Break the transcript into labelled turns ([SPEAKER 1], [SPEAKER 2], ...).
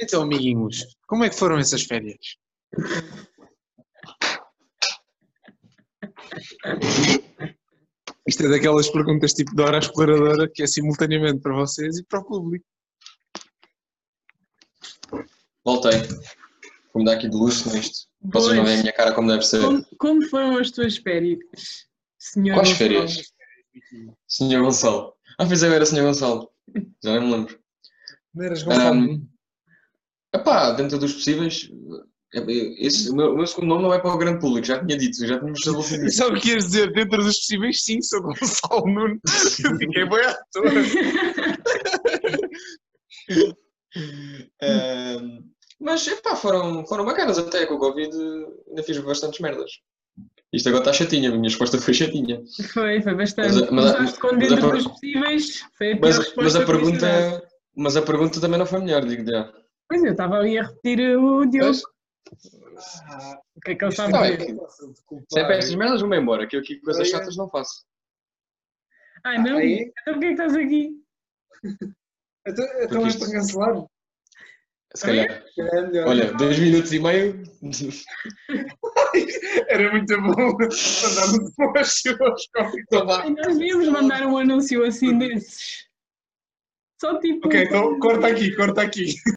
[SPEAKER 1] Então, amiguinhos, como é que foram essas férias? Isto é daquelas perguntas tipo Dora Exploradora que é simultaneamente para vocês e para o público.
[SPEAKER 2] Voltei. Vou-me dar aqui de luxo nisto. Vocês não
[SPEAKER 3] Pois.
[SPEAKER 2] veem a minha cara como deve ser.
[SPEAKER 3] Como, como foram as tuas férias, senhor?
[SPEAKER 2] Quais
[SPEAKER 3] Gonçalo?
[SPEAKER 2] férias? Senhor Gonçalo. Ah, fiz agora, Senhor Gonçalo. Já nem me lembro.
[SPEAKER 1] Não eras Gonçalo?
[SPEAKER 2] Ahm, Epá, dentro dos possíveis. eh, esse- o, meu, o meu segundo nome não é para o grande público, já tinha dito, já tínhamos estabelecido isso.
[SPEAKER 1] Sabe o que ias dizer? Dentro dos possíveis, sim, sou Gonçalo Nuno. Eu fiquei bem à toa.
[SPEAKER 2] Ahm,
[SPEAKER 3] Ehm,
[SPEAKER 2] mas epá, foram, foram bacanas até com o Covid, ainda fiz bastantes merdas. Isto agora está chatinha, a minha resposta foi chatinha.
[SPEAKER 3] Foi, foi bastante.
[SPEAKER 2] Mas a- mas a-
[SPEAKER 3] Começaste com
[SPEAKER 2] mas a
[SPEAKER 3] dentro
[SPEAKER 2] per-
[SPEAKER 3] dos possíveis. Foi a pior
[SPEAKER 2] Mas,
[SPEAKER 3] resposta
[SPEAKER 2] mas a
[SPEAKER 3] que me ensinaste.
[SPEAKER 2] pergunta. é- Mas a pergunta também não foi melhor, digo já.
[SPEAKER 3] Pois eu estava ali a repetir o Diogo.
[SPEAKER 2] Pois.
[SPEAKER 3] O que é que ele sabe
[SPEAKER 2] Não, é
[SPEAKER 3] dizer?
[SPEAKER 2] que- Se é para estas merdas, vou-me embora, que eu aqui coisas chatas não faço.
[SPEAKER 3] Ah, não?
[SPEAKER 4] Ah, é?
[SPEAKER 3] Então porquê que estás aqui?
[SPEAKER 4] Então, então és para cancelar?
[SPEAKER 2] Se calhar.
[SPEAKER 4] É melhor.
[SPEAKER 2] Olha, dois minutos e meio.
[SPEAKER 4] Era muito bom mandarmos para os seus
[SPEAKER 2] Então vá.
[SPEAKER 3] Ai, nós devíamos mandar um anúncio assim desses. Só
[SPEAKER 1] então
[SPEAKER 3] tipo. um
[SPEAKER 4] Ok, então corta aqui, corta aqui.